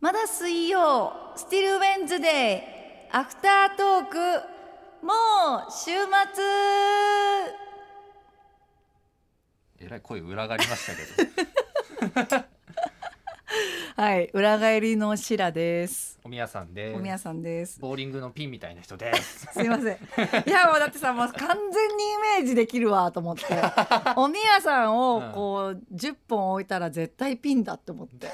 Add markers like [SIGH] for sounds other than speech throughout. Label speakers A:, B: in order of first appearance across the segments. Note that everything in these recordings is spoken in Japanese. A: まだ水曜、スティルウェンズデー、アフタートーク、もう週末
B: えらい声裏返りましたけ
A: [LAUGHS]
B: ど
A: はい、裏返りのシラです。
B: おみやさんで
A: おみやさんです。
B: ボーリングのピンみたいな人です
A: すいま [LAUGHS] せん。いや、もうだってさ、もう完全にイメージできるわと [LAUGHS] 思って。おみやさんをこう、10本置いたら絶対ピンだって思って。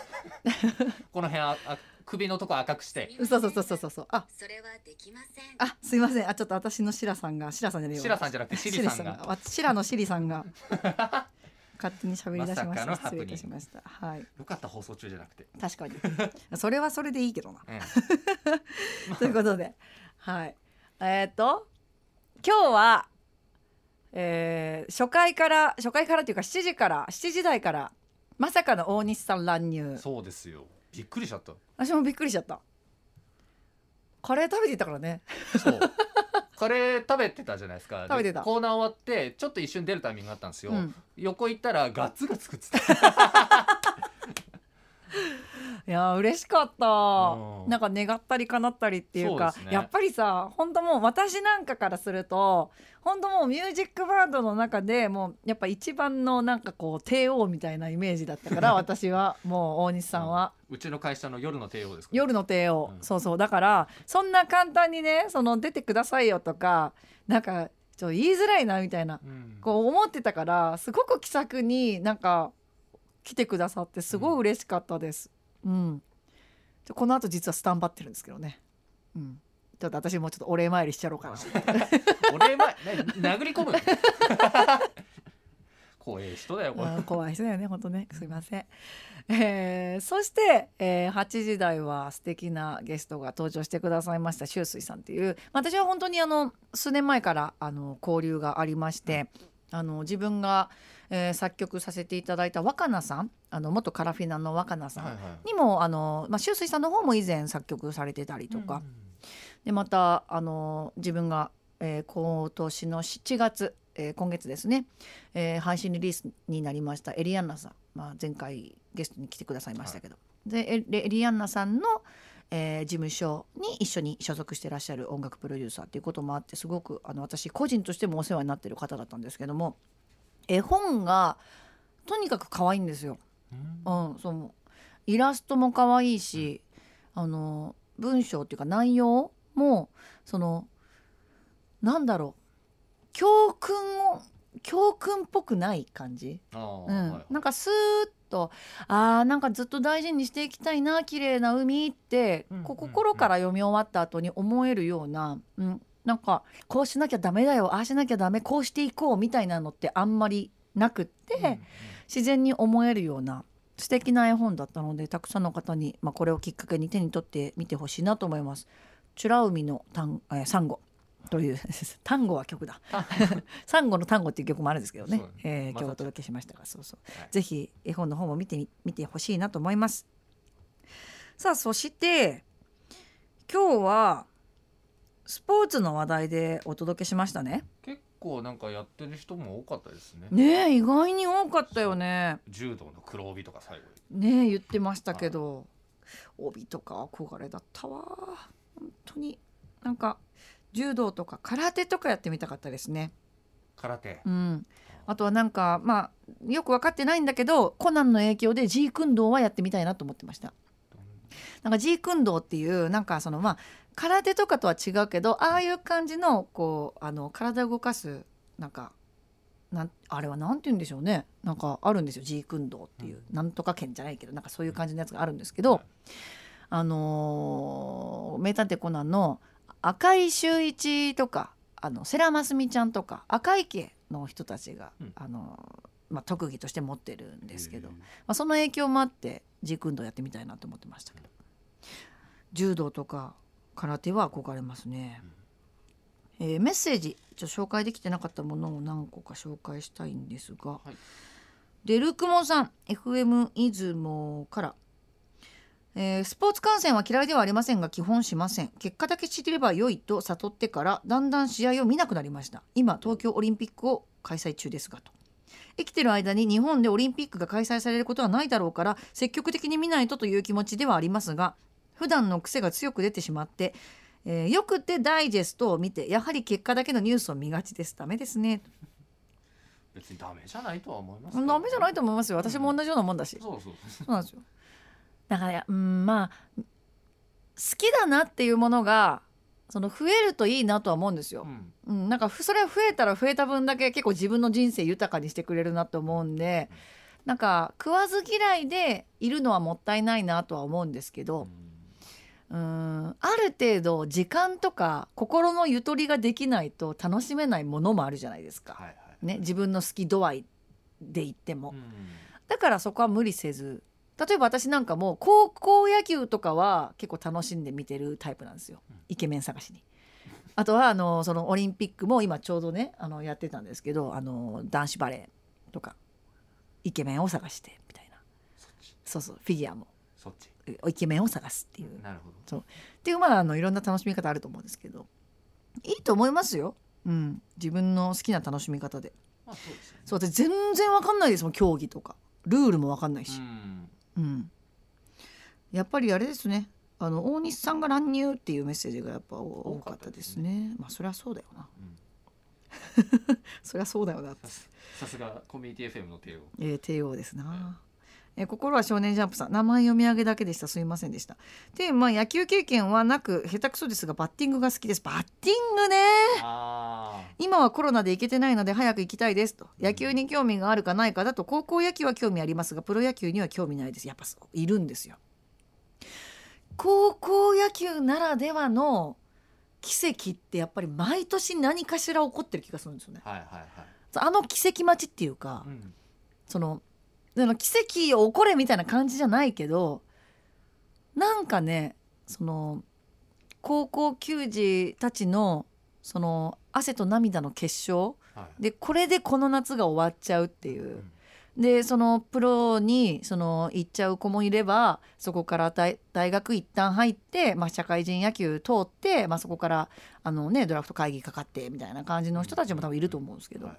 B: この辺ああ首のとこ赤くして
A: そうそうそうそうそうそう。あ、
C: それはできません。
A: あ、すいません。あ、ちょっと私のシラさんが、シラさんじゃねえよ。
B: シラさんじゃなくてシリさんが
A: わシラのシリさんが勝手に喋り出しま
B: ま
A: した。
B: さかの
A: 失
B: ハプ
A: 礼
B: ニ
A: い
B: ング
A: たしました。はい。
B: よかった放送中じゃなくて、
A: 確かに。それはそれでいいけど
B: [LAUGHS]
A: な。
B: うん、
A: ということで、はい。えーっと今日は、えー初回から初回からというか7時から7時台からまさかの大西さん乱入。
B: そうですよびっくりしちゃった
A: 私もびっくりしちゃった。カレー食べていたからね。
B: そうカレー食べてたじゃないですかで
A: 食べてた
B: コーナー終わってちょっと一瞬出るタイミングがあったんですよ、
A: うん
B: 横行ったらガッツガツ食ってた
A: いやー嬉しかった、
B: うん
A: なんか願ったり叶ったりっていうか
B: そうですね
A: やっぱりさ本当もう私なんかからすると本当もうミュージックバンドの中でもうやっぱ一番のなんかこう帝王みたいなイメージだったから
B: [LAUGHS]
A: 私はもう大西さんは、
B: うんうちの会社の夜の帝王ですから
A: 夜の帝王、
B: うん
A: そうそうだからそんな簡単にねその出てくださいよとかなんかちょっと言いづらいなみたいな
B: うん
A: こう思ってたからすごく気さくになんか来てくださってすごい嬉しかったです。うん、ちょこの後実はスタンバってるんですけどね。うん、ちょっと私もちょっとお礼参りしちゃろうかな。
B: 俺前な殴り込む怖え人だよこれ、 [LAUGHS]
A: うん怖い人だよね本当ねすいません、えーそして、えー8時台は素敵なゲストが登場してくださいました周水さんっていうまあ私は本当にあの数年前からあの交流がありまして。あの自分が、えー作曲させていただいた若菜さんあの元カラフィナの若菜さ
B: はい
A: ん
B: はい
A: にも、あのまあ、周水さんの方も以前作曲されてたりとか、でまたあの自分が、えー今年の7月、えー今月ですね、えー配信リリースになりましたエリアンナさん、まあ、前回ゲストに来てくださいましたけど、でエエリアンナさんの、えー事務所に一緒に所属してらっしゃる音楽プロデューサーっていうこともあってすごくあの私個人としてもお世話になってる方だったんですけども絵本がとにかく可愛いんですよ。
B: うん
A: うん、そうイラストも可愛いし、あの文章っていうか内容もそのなんだろう教訓を教訓っぽくない感じ、
B: あ
A: うん
B: ーはいはい
A: なんかスーッと「あーなんかずっと大事にしていきたいな綺麗な海」って、
B: うんうんう
A: こ
B: ん
A: う心から読み終わった後に思えるような、うん、なんかこうしなきゃダメだよああしなきゃダメこうしていこうみたいなのってあんまりなくって。
B: うんうん
A: 自然に思えるような素敵な絵本だったのでたくさんの方に、まあ、これをきっかけに手に取ってみてほしいなと思います。チュラ海のタン、えー、サンゴという [LAUGHS] タンゴは曲だ
B: あ
A: [LAUGHS] サンゴのタンゴっていう曲もあるんですけどね
B: そうだね
A: えー
B: 混ざ
A: 今日
B: っちゃう
A: お届けしましたがそうそう、
B: はい
A: ぜひ絵本の方も見てみ見てほしいなと思いますさあそして今日はスポーツの話題でお届けしましたね
B: 結構なんかやってる人も多かったですね
A: ねえ意外に多かったよね
B: 柔道の黒帯とか最後
A: ねえ言ってましたけど帯とか憧れだったわ本当になんか柔道とか空手とかやってみたかったですね
B: 空手
A: うんあとはなんかまあよく分かってないんだけどコナンの影響でジークンドーはやってみたいなと思ってましたなんかジークンドーっていうなんかそのまあ空手とかとは違うけどああいう感じのこうあの体を動かすなんかなんあれはなんて言うんでしょうねなんかあるんですよジークンドーっていう、なんとか剣じゃないけどなんかそういう感じのやつがあるんですけど、
B: はい
A: あのー名探偵コナン」の赤井秀一とかあの世良真澄ちゃんとか赤井家の人たちが、
B: うん
A: あのーまあ、特技として持ってるんですけど
B: へー
A: まあ、その影響もあってジークンドーやってみたいなと思ってましたけど柔道とか空手は憧れますね、えーメッセージちょっと紹介できてなかったものを何個か紹介したいんですが、
B: い
A: デルクモさん FM 出雲から、えースポーツ観戦は嫌いではありませんが基本しません結果だけ知れば良いと悟ってからだんだん試合を見なくなりました今東京オリンピックを開催中ですがと生きてる間に日本でオリンピックが開催されることはないだろうから積極的に見ないとという気持ちではありますが普段の癖が強く出てしまって、えーよくてダイジェストを見てやはり結果だけのニュースを見がちですダメですね
B: 別にダメじゃないとは思いますけど
A: ダメじゃないと思いますよ私も同じようなもんだし、
B: そうそう
A: そうなんですよ。だからうんまあ好きだなっていうものがその増えるといいなとは思うんです
B: う
A: よ。
B: ん
A: うん、なんかふそれは増えたら増えた分だけ結構自分の人生豊かにしてくれるなと思うんでなんか食わず嫌いでいるのはもったいないなとは思うんですけ
B: う
A: ど
B: ん
A: うんある程度時間とか心のゆとりができないと楽しめないものもあるじゃないです
B: はい
A: か、
B: はい
A: ね、自分の好き度合いで言っても
B: う。ん
A: だからそこは無理せず例えば私なんかもう高校野球とかは結構楽しんで見てるタイプなんですよ
B: うん
A: イケメン探しに。あとはあのそのオリンピックも今ちょうどねあのやってたんですけどあの男子バレーとかイケメンを探してみたいな
B: そっち
A: そうそうフィギュアも
B: そっち
A: えイケメンを探すっていう
B: なるほど
A: っていうまああのいろんな楽しみ方あると思うんですけどいいと思いますよ、うん、自分の好きな楽しみ方で
B: まあそうですよね
A: そう私全然わかんないですもん競技とかルールもわかんないし
B: う。ん
A: うん、やっぱりあれですねあの大西さんが乱入っていうメッセージがやっぱ多かったですねまあそりゃそうだよな
B: うん
A: そりゃそうだよな、
B: さすさすがコミュニティ FM の帝王
A: えー帝王ですな、えー心は少年ジャンプさん名前読み上げだけでしたすいませんでしたでまあ野球経験はなく下手くそですがバッティングが好きですバッティングね
B: あ
A: 今はコロナで行けてないので早く行きたいですと野球に興味があるかないかだと高校野球は興味ありますがプロ野球には興味ないですやっぱそういるんですよ高校野球ならではの奇跡ってやっぱり毎年何かしら起こってる気がするんですよね
B: あはいはい
A: あの奇跡待ちっていうか
B: はいうん
A: そのあの奇跡を起これみたいな感じじゃないけどなんかねその高校球児たちのその汗と涙の結晶
B: はい
A: でこれでこの夏が終わっちゃうっていううんでそのプロにその行っちゃう子もいればそこから大大学一旦入って、まあ、社会人野球通って、まあ、そこからあの、ね、ドラフト会議かかってみたいな感じの人たちも多分いると思うんですけど、
B: はい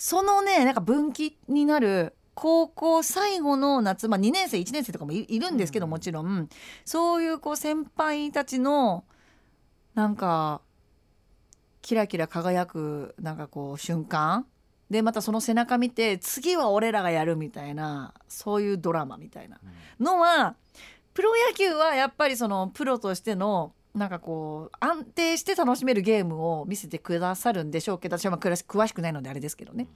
A: そのねなんか分岐になる高校最後の夏、まあ、2年生1年生とかもいいるんですけど
B: うん
A: もちろんそういうこう先輩たちのなんかキラキラ輝くなんかこう瞬間でまたその背中見て次は俺らがやるみたいなそういうドラマみたいな
B: うん
A: のはプロ野球はやっぱりそのプロとしてのなんかこう安定して楽しめるゲームを見せてくださるんでしょうけど私はまあ詳し詳しくないのであれですけどね、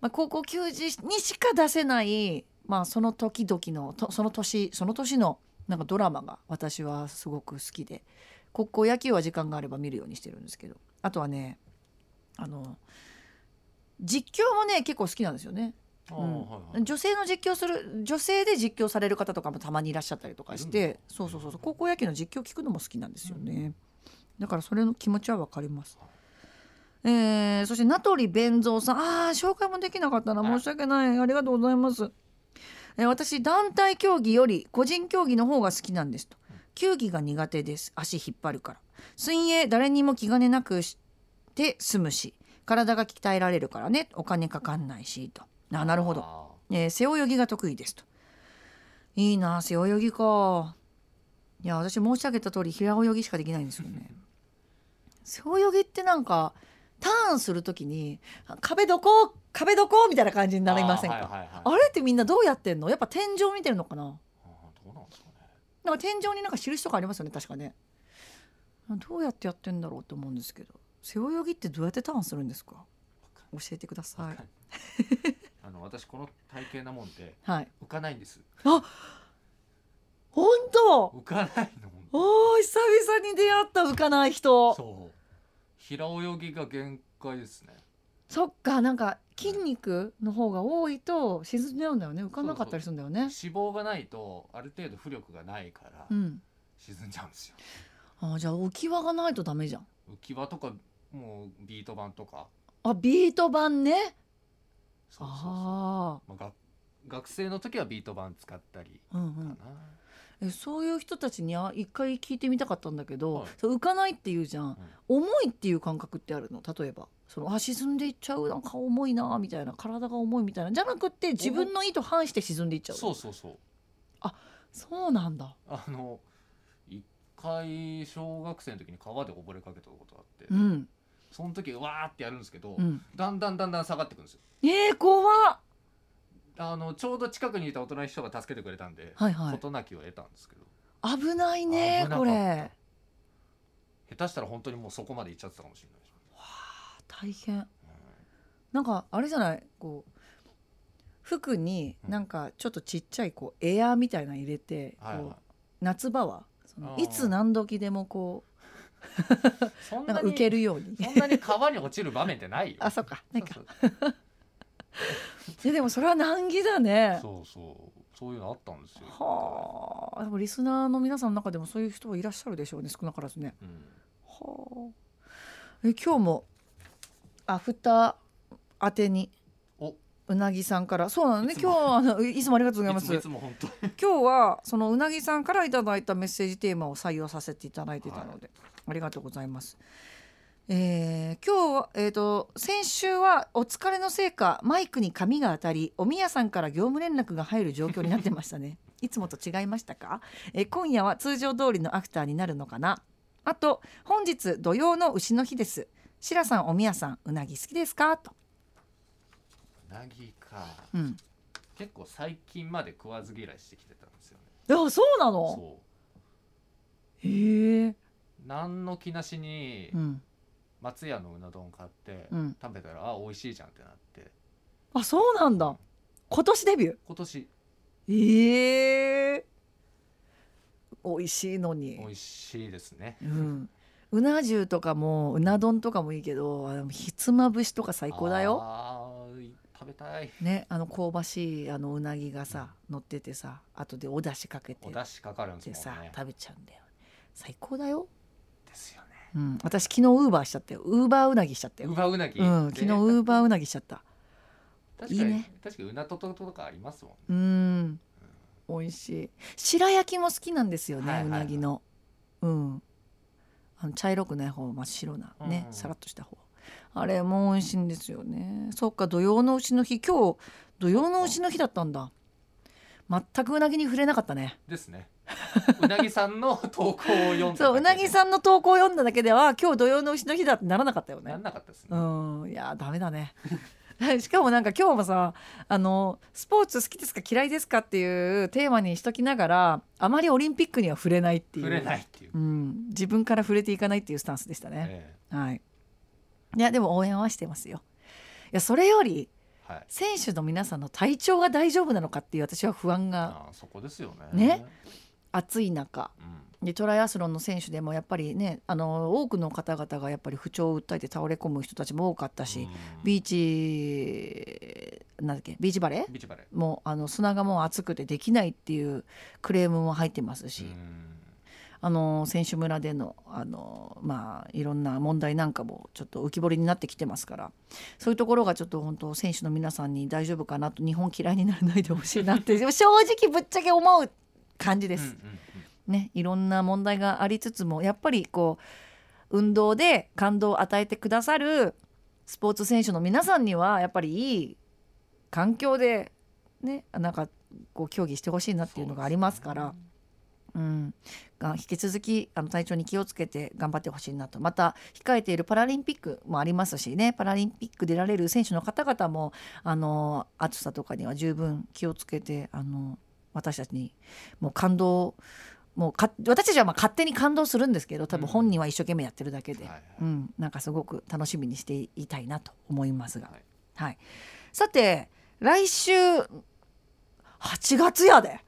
A: まあ、高校球児にしか出せない、まあ、その時々のとその年その年のなんかドラマが私はすごく好きで高校野球は時間があれば見るようにしてるんですけどあとはねあの実況もね結構好きなんですよね。
B: あー
A: うん
B: はいはい
A: 女性の実況する女性で実況される方とかもたまにいらっしゃったりとかし
B: いるん
A: て
B: だ
A: そうそうそうそう高校野球の実況聞くのも好きなんですよね、だからそれの気持ちはわかります、えー、そして名取弁蔵さんあー紹介もできなかったな申し訳ないありがとうございます、えー私団体競技より個人競技の方が好きなんですと球技が苦手です足引っ張るから水泳誰にも気兼ねなくして済むし体が鍛えられるからねお金かかんないしとあなるほど
B: あ
A: えー背泳ぎが得意ですと。いいな背泳ぎか。いや私申し上げた通り平泳ぎしかできないんですよね。背泳ぎってなんかターンするときにあ壁どこ壁どこみたいな感じに
B: ー
A: なりませんか。あ,、
B: あーはいはいはい
A: れってみんなどうやってんの？やっぱ天井見てるのかな。
B: あーどうなんですかね
A: なんか天井になんか印とかありますよね確かね。どうやってやってんだろうと思うんですけど背泳ぎってどうやってターンするんですか？教えてくだ
B: わ
A: さ
B: かん
A: い
B: な。いあの私この体型なもんで
A: はい。
B: 浮かないんです
A: 本当。
B: 浮かないの本当
A: おー久々に出会った浮かない人そ
B: そう平泳ぎが限界ですね
A: っかなんか筋肉の方が多いと沈んじゃうんだよね浮かなかったりするんだよね
B: 脂肪がないとある程度浮力がないから
A: うん
B: 沈んじゃうんですよ
A: あーじゃあ浮き輪がないとダメじゃん
B: 浮き輪とかもうビート板とか
A: あビート板ね
B: そうそうそう
A: あ
B: まあ、が学生の時はビート板使ったり
A: あーうんう
B: かな、
A: んえそういう人たちにあ一回聞いてみたかったんだけど、
B: はい
A: そう浮かないって言うじゃん、重いっていう感覚ってあるの例えばそのあ沈んでいっちゃうなんか重いなみたいな体が重いみたいなじゃなくて自分の意図反して沈んでいっちゃう
B: そうそうそう
A: そうなんだ
B: あの一回小学生の時に川で溺れかけたことがあって、
A: うん
B: その時わーってやるんですけど、
A: うん
B: だんだんだんだん下がってくるんですよ
A: えー、怖っ
B: あのちょうど近くにいた大人の人が助けてくれたんで
A: はいはい
B: 事、なきを得たんですけど
A: 危ないね
B: 危なかった
A: これ
B: 下手したら本当にもうそこまで行っちゃってたかもしれないし、
A: あ大変
B: う
A: なんかあれじゃないこう服になんかちょっとちっちゃいこうエアーみたいなの入れて、
B: んはい
A: こ
B: は
A: う夏場はその
B: あー
A: いつ何時でもこ
B: い、そん
A: うなん
B: な
A: か
B: に
A: 受けるよう
B: [LAUGHS]
A: に
B: そんなに川に落ちる場面ってないよ
A: [LAUGHS] あそうかないか
B: そう
A: いやでもそれは難儀だね
B: そうそうそういうのあったんですよ
A: はあでもリスナーの皆さんの中でもそういう人はいらっしゃるでしょうね少なからずね
B: うん
A: はあえ今日もアフター宛てに
B: お
A: うなぎさんからそうなのね
B: いつ
A: 今
B: も
A: 日はあのいつもありがとうございま
B: いつもい
A: す
B: つも本当に
A: 今日はそのうなぎさんからいただいたメッセージテーマを採用させていただいていたので、ありがとうございます。えー今日は、えー、と先週はお疲れのせいかマイクに髪が当たりおみやさんから業務連絡が入る状況になってました [LAUGHS] ねいつもと違いましたか、えー今夜は通常通りのアフターになるのかなあと本日土曜の牛の日ですしらさんおみやさんうなぎ好きですかと、
B: うなぎか
A: うん、
B: 結構最近まで食わず嫌いしてきてたんですよね
A: あそうなの
B: そ
A: へえ、
B: う何の気なしに
A: うん
B: 松屋のうな丼買って
A: うん、
B: 食べたらあ美味しいじゃんってなって
A: あそうなんだ今年デビュー
B: 今年
A: ええ美味しいのに
B: 美味しいですね
A: うん、うな重とかもうな丼とかもいいけどあのひつまぶしとか最高だよ
B: あー食べたい
A: ねあの香ばしいあのうなぎがさ乗っててさ後でお出汁かけて
B: お出汁かかるんで
A: です
B: も
A: さ
B: んね
A: 食べちゃうんだよ最高だよ、
B: ですよね
A: うん、私昨日ウーバーしちゃったよウーバーうなぎしちゃった
B: う
A: よ、
B: ばうなぎ
A: うん、昨日ウーバーうなぎしちゃった
B: 確か
A: いい
B: に
A: ね
B: 確かにうなとととかありますもんね
A: うん美味しい白焼きも好きなんですよね、
B: はいはいはいう
A: なぎのうんあの茶色くない方真っ白なね、
B: うんうん
A: さらっとした方あれも美味しいんですよねそっか土曜の牛の日今日土曜の牛の日だったんだ全くうなぎに触れなかったね
B: ですねうなぎさんの投稿を読んだだけで
A: そううなぎさんの投稿を読んだだけでは今日土曜の牛の日だってならなかったよね
B: なんなかったですね、
A: うんいやダメだね [LAUGHS] しかもなんか今日もさあのスポーツ好きですか嫌いですかっていうテーマにしときながらあまりオリンピックには触れないっていう
B: 触れないっていう、
A: うん、自分から触れていかないっていうスタンスでしたね、
B: え
A: はいいやでも応援はしてますよいやそれより
B: えはい
A: 選手の皆さんの体調が大丈夫なのかっていう私は不安が
B: ああそこですよね
A: ね暑い中
B: うん
A: でトライアスロンの選手でもやっぱりねあの多くの方々がやっぱり不調を訴えて倒れ込む人たちも多かったし、
B: うん
A: ビーチなんだっけビーチバレー
B: ビーチバレ
A: もうあの砂がもう熱くてできないっていうクレームも入ってますし、
B: ーうん
A: あの選手村でのあの、まあ、いろんな問題なんかもちょっと浮き彫りになってきてますからそういうところがちょっと本当選手の皆さんに大丈夫かなと日本嫌いにならないでほしいなって正直ぶっちゃけ思う感じで
B: うん
A: す。
B: うんうん
A: ね、いろんな問題がありつつもやっぱりこう運動で感動を与えてくださるスポーツ選手の皆さんにはやっぱりいい環境で、ね、なんかこう競技してほしいなっていうのがありますから。うん、が引き続きあの体調に気をつけて頑張ってほしいなとまた控えているパラリンピックもありますしねパラリンピック出られる選手の方々もあの暑さとかには十分気をつけてあの私たちにもう感動をもうか私たちはまあ勝手に感動するんですけど多分
B: うん
A: 本人は一生懸命やってるだけ
B: そう
A: で、
B: ですねはい
A: うん、なんかすごく楽しみにしていたいなと思いますが、は
B: はいい
A: さて来週8月やで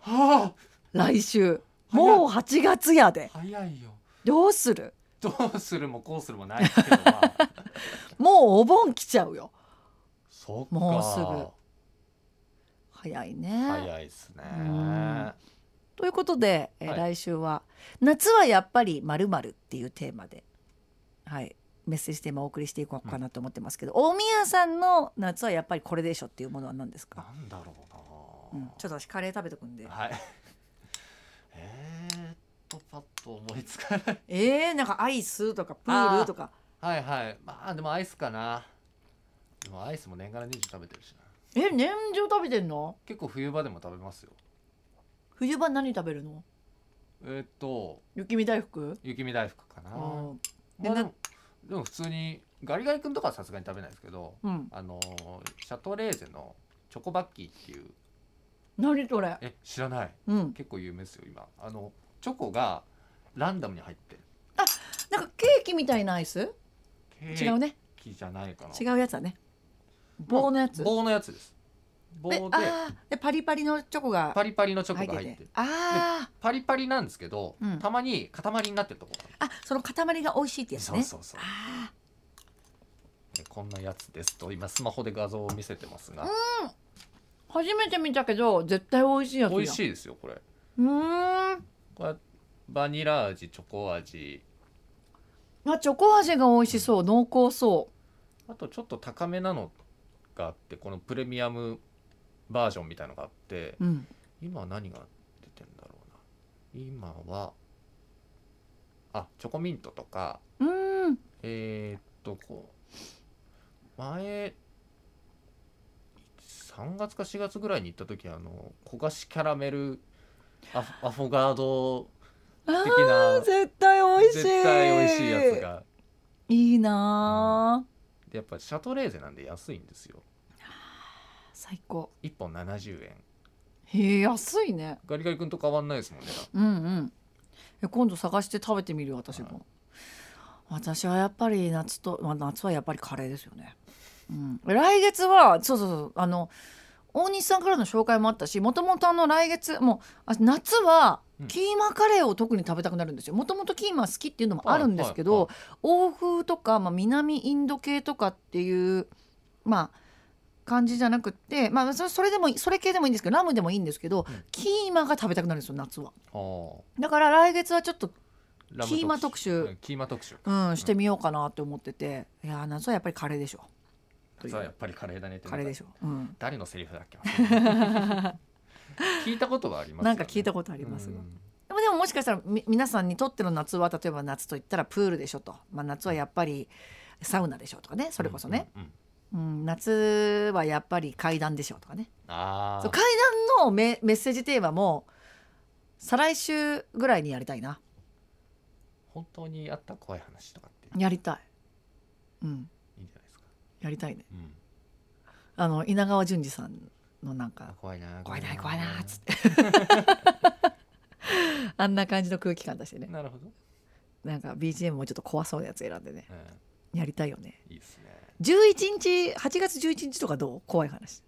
B: はいは
A: 来週
B: あ
A: もう8月やで。
B: 早い早いよ
A: どうする
B: どうするもこうするもないですけど、ま
A: [LAUGHS]
B: あ、
A: もうお盆来ちゃうよ
B: そっか
A: もうすぐ早いね。
B: 早いですね
A: うんということで、えー
B: は
A: 来週は「夏はやっぱり〇〇っていうテーマで、はい、メッセージテーマをお送りしていこうかなと思ってますけど、大宮さんの「夏はやっぱりこれでしょ」っていうものは何です
B: な
A: か、
B: んだろうな
A: うん、ちょっと私カレー食べとくんで
B: はい [LAUGHS] そう思いつかない [LAUGHS]
A: えー、なんかアイスとかプールとか
B: はいはいまあでもアイスかなでもアイスも年がら年中食べてるしな
A: え年中食べてんの
B: 結構冬場でも食べますよ
A: 冬場何食べるの
B: えーっと
A: 雪見大福
B: 雪見大福かな
A: あー
B: まあ
A: で
B: で
A: な
B: もでも普通にガリガリ君とかはさすがに食べないですけど
A: うん
B: あのーシャトレーゼのチョコバッキーっていう
A: 何それ
B: え知らない
A: うん
B: 結構有名ですよ今あのチョコがランダムに入ってる
A: なんかケーキみたいなアイス
B: ケ
A: 違う
B: ー
A: ね
B: キじゃないかな
A: 違うやつだね棒のやつ
B: 棒のやつです棒で
A: であーでパリパリのチョコが
B: パリパリのチョコ
A: 入っ
B: が入って
A: て
B: る
A: てあ
B: パリパリなんですけど、
A: うん
B: たまに塊になってるところがあ
A: ああその塊が美味しいって
B: る
A: やつ
B: そう
A: ね
B: そうそう
A: あ
B: えこんなやつですと今スマホで画像を見せてますが、
A: ー初めて見たけど絶対美味しいやつ
B: 美味
A: い
B: しいですよこれ
A: うーん
B: これバニラ味チョコ味
A: あチョコ味が美味しそう濃厚そ
B: あとちょっと高めなのがあってこのプレミアムバージョンみたいのがあって
A: ううん
B: 今何が出てんだろうな今はあチョコミントとか
A: うーん
B: えーっとこう前3月か4月ぐらいに行った時あの焦がしキャラメルアフアフォガード
A: あ
B: 的
A: ー
B: な
A: 絶対美味しい
B: 絶対美味しいやつが
A: いいなー
B: でやっぱシャトレーゼなんで安いんですよ
A: 最高
B: 1本70円
A: へえ安いね
B: ガリガリ君と変わんないですもんね
A: うんうんえ今度探して食べてみるよ私も、私はやっぱり夏と、まあ、夏はやっぱりカレーですよね、うん、来月はそうそうそうあの大西さんからの紹介もあったしもともとあの来月もうあ夏は
B: うん
A: キーマカレーを特に食べたくなるんですよもともとキーマ好きっていうのもあるんですけど、
B: はいは
A: 欧風とか、まあ、南インド系とかっていうまあ感じじゃなくって、まあ、そそれでもいいそれ系でもいいんですけどラムでもいいんですけど、
B: うん
A: キーマが食べたくなるんですよ夏は。
B: あー
A: だから来月はちょっと、
B: ラム
A: キーマ特集
B: うんキーマ特集
A: うん、してみようかなって思ってて、いやー夏はやっぱりカレーでしょという
B: さあやっぱりカレーだねって
A: カレーでしょ、うん、
B: 誰のセリフだっけ [LAUGHS] 聞いたことはありますよね
A: なんか聞いたことあります
B: う
A: が、
B: ん
A: でもでももしかしたらみ皆さんにとっての夏は例えば夏といったらプールでしょと、まあ、夏はやっぱりサウナでしょとかねそれこそね、
B: うんうんうん
A: うん夏はやっぱり階段でしょとかね
B: あ
A: そう
B: あ
A: 階段のメメッセージテーマも再来週ぐらいにやりたいな
B: 本当にあった怖い話とかって
A: やりたいうん
B: いいんじゃないですか、
A: やりたいね
B: うん、
A: あの稲川淳二さんのなんか
B: あ怖いな
A: 怖いな怖いなっつって [LAUGHS] あんな感じの空気感出してね
B: なるほど、
A: なんか BGM もちょっと怖そうなやつ選んでね
B: う
A: やりたいよね
B: ん、いいですね
A: 11日8月11日とかどう怖い話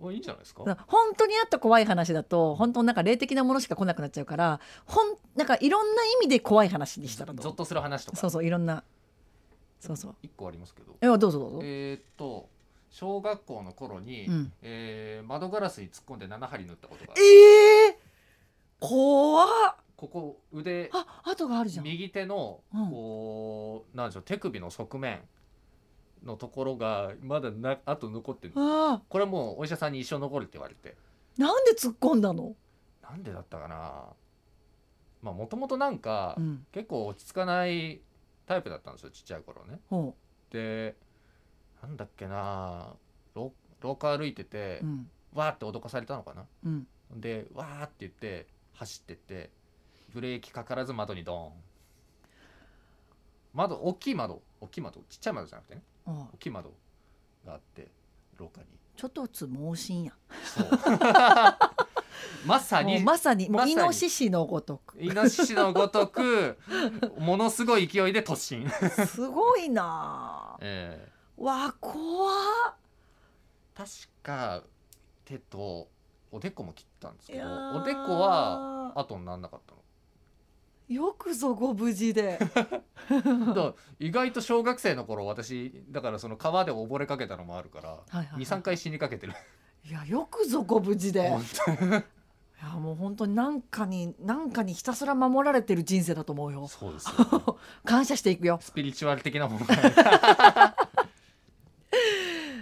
B: おいいんじゃないですか
A: 本当にあった怖い話だと本当なんか霊的なものしか来なくなっちゃうからほんなんかいろんな意味で怖い話にしたら
B: ゾ
A: ど
B: ッ
A: う
B: とする話とか
A: そうそういろんなそうそう
B: 一個ありますけど
A: えどうぞどうぞ、
B: えーっと小学校の頃に、
A: うん、
B: えー窓ガラスに突っ込んで7針縫ったことがあ
A: えー、
B: る
A: 怖っ
B: ここ腕
A: あ跡があるじゃん
B: 右手の
A: うん
B: こう、なんでしょう手首の側面のところがまだなあと残ってる
A: あ
B: これはもうお医者さんに一生残るって言われて
A: ーなんで突っ込んだの、
B: なんでだったかなまあもともとなんか、
A: うん、
B: 結構落ち着かないタイプだったんですよちっちゃい頃ね
A: ほ
B: でなんだっけな廊廊下歩いてて、
A: ううん
B: わーって脅かされたのかな
A: うん
B: でわーって言って走ってってブレーキかからず窓にドーン窓大きい窓大きい窓ちっちゃい窓じゃなくてね
A: あ
B: 大きい窓があって廊下に
A: ちょっとつ盲信や [LAUGHS]
B: そうまさ
A: もう
B: に
A: まさにも
B: ま
A: う
B: さ
A: イ
B: に
A: ノシシのごとく
B: イノシシのご
A: [LAUGHS]
B: とくものすごい勢いで突進
A: すごいな
B: ええ
A: あわあ怖っ
B: 確か手とおでこも切ったんです
A: い
B: け
A: や
B: ど
A: ー
B: おでこは後にならなかったの
A: よくぞご無事
B: [LAUGHS]
A: で
B: だから意外と小学生の頃私だからその川で溺れかけたのもあるから
A: はいはい
B: 23回死にかけてる
A: いやよくぞご無事でい
B: 本当に
A: やもう本当に何かに何かにひたすら守られてる人生だと思うよ
B: [LAUGHS] そうですよね
A: 感謝していくよ
B: スピリチ
A: [LAUGHS]
B: ュアル的なものが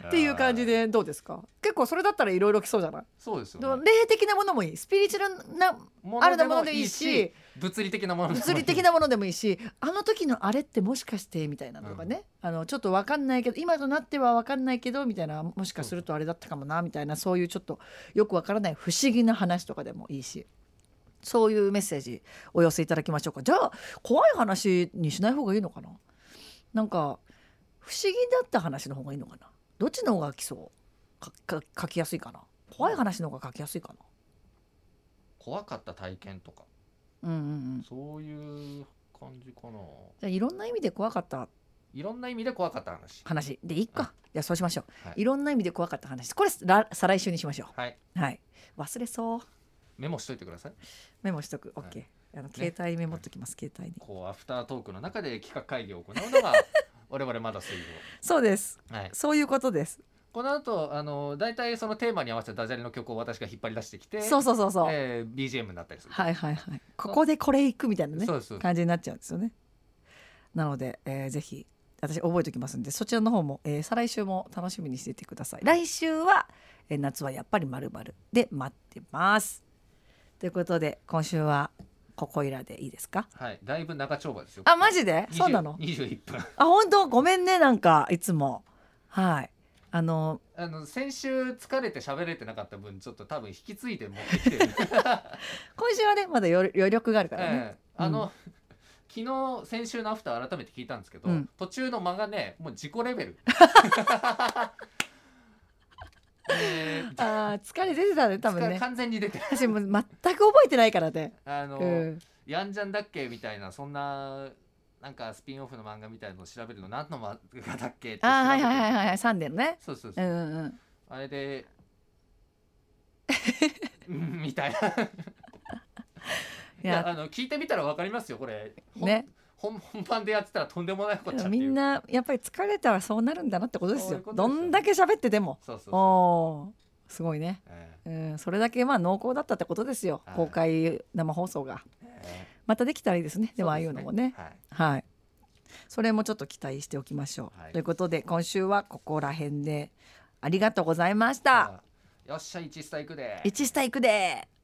A: っていう感じでどうですか結結構それだったらいろいろ来そうじゃない、
B: そうですよ、ね、
A: 霊的なものもいいスピリチュアルな
B: も
A: あるものでもいいし
B: 物理的なものでもいい
A: 物理的なものでもいいしあの時のあれってもしかしてみたいなのとかね、あのちょっと分かんないけど今となっては分かんないけどみたいなもしかするとあれだったかもなみたいなそういうちょっとよく分からない不思議な話とかでもいいしそういうメッセージお寄せいただきましょうかじゃあ怖い話にしない方がいいのかななんか不思議だった話の方がいいのかなどっちの方が来そうかか書きやすいかな怖い話の方が書きやすいか
B: 怖かった体験とか
A: なうんうんうんじ
B: そういう感じかな
A: ゃあいろんな意味で怖かった
B: いろんな意味で怖かった話
A: 話でいいか、じゃあそうしましょう、
B: はい
A: い、ろんな意味で怖かった話これら再来週にしましょ
B: はいう
A: はい忘れそう
B: メモしといてください
A: メモしとく OK、
B: はい
A: あの携帯メモっときます、携帯に
B: こうアフタートークの中で企画会議を行うの
A: [LAUGHS]
B: が我々まだ水
A: そうです
B: 曜、はい、
A: そういうことです
B: この後あの大体そのテーマに合わせたダジャレの曲を私が引っ張り出してきて
A: そうそうそうそう、
B: えー BGM になったりする、
A: はいはいはいここでこれいくみたいなね
B: そうです
A: 感じになっちゃうんですよねなので、えーぜひ私覚えておきますんでそちらの方も、えー再来週も楽しみにしていてください来週は、えー夏はやっぱりまるまるで待ってますということで今週はここいらでいいですか
B: はいだいぶ長丁場ですよ
A: あマジで
B: 20
A: そうなの
B: 21分
A: あ本当ごめんねなんかいつもはいあの
B: あの先週疲れて喋れてなかった分ちょっと多分引き継いで持ってきてる、
A: 今週はねまだ余余力があるからね、
B: ええあの、昨日先週のアフター改めて聞いたんですけど、
A: うん
B: 途中の間がねもう自己レ
A: [LAUGHS]
B: ベルえー
A: あー疲れ出てたね多分ね
B: 完全に出てる
A: 私もう全く覚えてないからね、
B: あの、
A: うん、
B: やんじゃんだっけみたいなそんななんかスピンオフの漫画みたいのを調べるの何の漫画だっけって調べて
A: あーはいはいはいはいはいサンデーのね
B: そうそうそうう、
A: んうんうん
B: あ
A: [LAUGHS]
B: れでうんみたいな
A: い
B: い
A: や
B: やあの聞いてみたらわかりますよこれほん
A: ね
B: 本本番でやってたらとんでもないこと
A: みんなやっぱり疲れたらそうなるんだなってことですよ
B: そういうことです
A: ど
B: よ
A: んだけ喋ってでも
B: そうそうそ
A: おーすごいね、
B: う、え
A: うん、それだけまあ濃厚だったってことですよ
B: はい
A: 公開生放送が
B: ええ
A: またできたらいいですね
B: え
A: でもああいうのもね
B: はい、
A: はいそれもちょっと期待しておきましょう、
B: はい
A: ということで今週はここら辺でありがとうございました
B: よっしゃ一スタ行くで
A: 「一スタイクでー